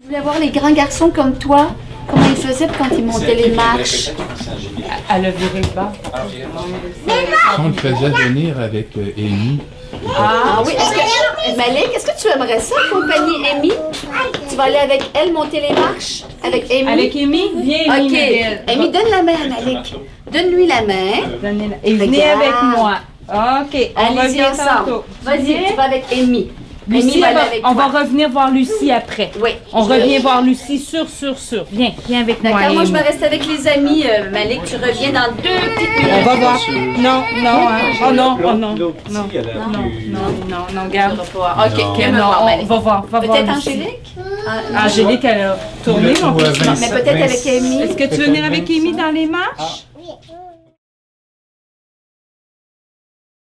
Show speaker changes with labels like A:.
A: Je voulais voir les grands garçons comme toi, comment ils faisaient quand ils montaient les marches.
B: À le virer le bas.
C: On le faisait venir avec euh, Amy.
A: Ah oui, est-ce que. Malé, est-ce que tu aimerais ça, compagnie Amy Tu vas aller avec elle monter les marches Avec Amy
B: Avec Amy, viens Amy,
A: Ok.
B: Mabel.
A: Amy, donne la main à Malik. Donne-lui la main.
B: Donnez-la. Et venez
A: Regarde.
B: avec moi. OK, on
A: Allez-y
B: revient
A: ensemble.
B: tantôt.
A: Vas-y, tu vas avec Amy. Amy
B: Lucie,
A: va
B: on va-
A: aller avec
B: on
A: toi.
B: va revenir voir Lucie après.
A: Oui.
B: On
A: Je-
B: revient voir Lucie, sûr, sûr, sûr. Viens, viens avec moi.
A: D'accord, moi je
B: Amy.
A: me reste avec les amis. euh, Malik, tu reviens dans deux petites
B: On
A: minutes.
B: va voir. Non, non, hein. oh non, oh non.
D: L'autre
B: Non,
D: petit, elle a
B: non,
D: plus-
B: non, non, non,
A: Tu
B: garde.
A: vas voir. Ok,
C: Non.
A: viens me
B: Non,
A: voir,
B: on
A: Malik.
B: va voir, va voir.
A: Peut-être
B: Lucie.
A: Angélique Ah, non.
B: Angélique, elle a tourné,
C: Le
B: mais on
C: tout à
B: peut se-
C: Vincent.
A: Mais peut-être avec
C: Vincent.
A: Amy.
B: Est-ce que tu veux venir avec Amy dans les marches?